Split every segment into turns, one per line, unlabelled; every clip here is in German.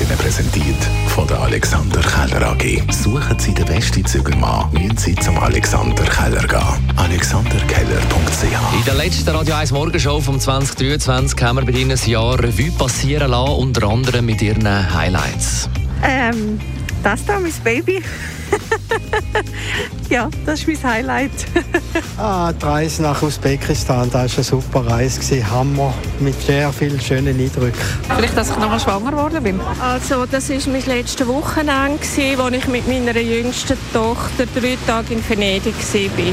Ihnen präsentiert von der Alexander Keller AG. Suchen Sie den besten Zügelmann, müssen Sie zum Alexander Keller gehen. AlexanderKeller.ch
In der letzten Radio 1 Morgenshow vom 2023 haben wir bei Ihnen ein Jahr Revue passieren lassen, unter anderem mit Ihren Highlights.
Ähm, das da, mein Baby. ja, das ist mein Highlight.
Ah, die Reise nach Usbekistan, das war eine super Reise, gewesen. Hammer, mit sehr vielen schönen Eindrücken.
Vielleicht, dass ich nochmal schwanger geworden bin.
Also das war mein letztes Wochenende, gewesen, wo ich mit meiner jüngsten Tochter drei Tage in Venedig war.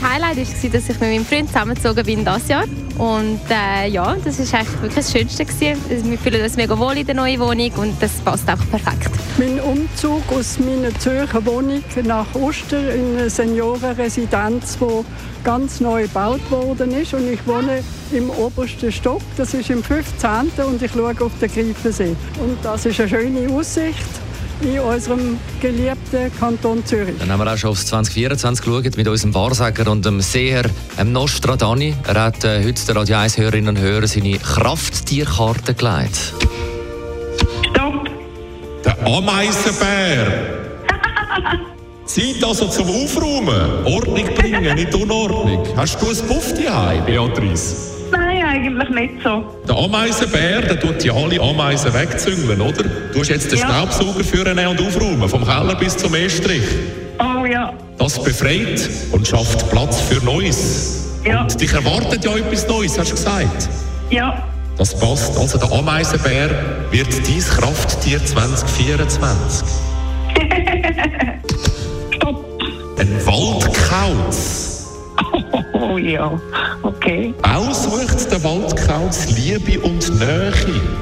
Das Highlight war, dass ich mit meinem Freund zusammengezogen bin dieses Jahr. Und äh, ja, das ist eigentlich wirklich das Schönste. Gewesen. Also Wir fühlen uns mega wohl in der neuen Wohnung und das passt einfach perfekt.
Mein Umzug aus meiner Zürcher Wohnung nach Oster in eine Seniorenresidenz, wo ganz neu gebaut worden ist. Und ich wohne im obersten Stock, das ist im 15. und ich schaue auf den Greifensee. Und das ist eine schöne Aussicht in unserem geliebten Kanton Zürich.
Dann haben wir auch schon aufs 2024 geschaut mit unserem Wahrsager und dem Seher ähm Nostradani. Er hat äh, heute den Radio 1 Hörerinnen und Hörern seine Krafttierkarte gelegt.
Stopp!
Der Ameisenbär. Zeit also zum Aufräumen. Ordnung bringen, nicht Unordnung. Hast du ein Puff daheim, Beatrice?
Nein, eigentlich nicht so.
Der Ameisenbär, der tut ja alle Ameisen wegzüngeln, oder? Du hast jetzt den
Ja.
Staubsauger führen und aufräumen, vom Keller bis zum Estrich.
Oh ja,
Das befreit und schafft Platz für Neues.
Ja.
Und dich erwartet ja etwas Neues, hast du gesagt.
ja,
Das passt. Also der Ameisenbär wird dein Krafttier 2024.
stopp!
Ein Waldkauz.
Oh ja, okay.
Aussucht der Waldkauz Liebe und Nähe.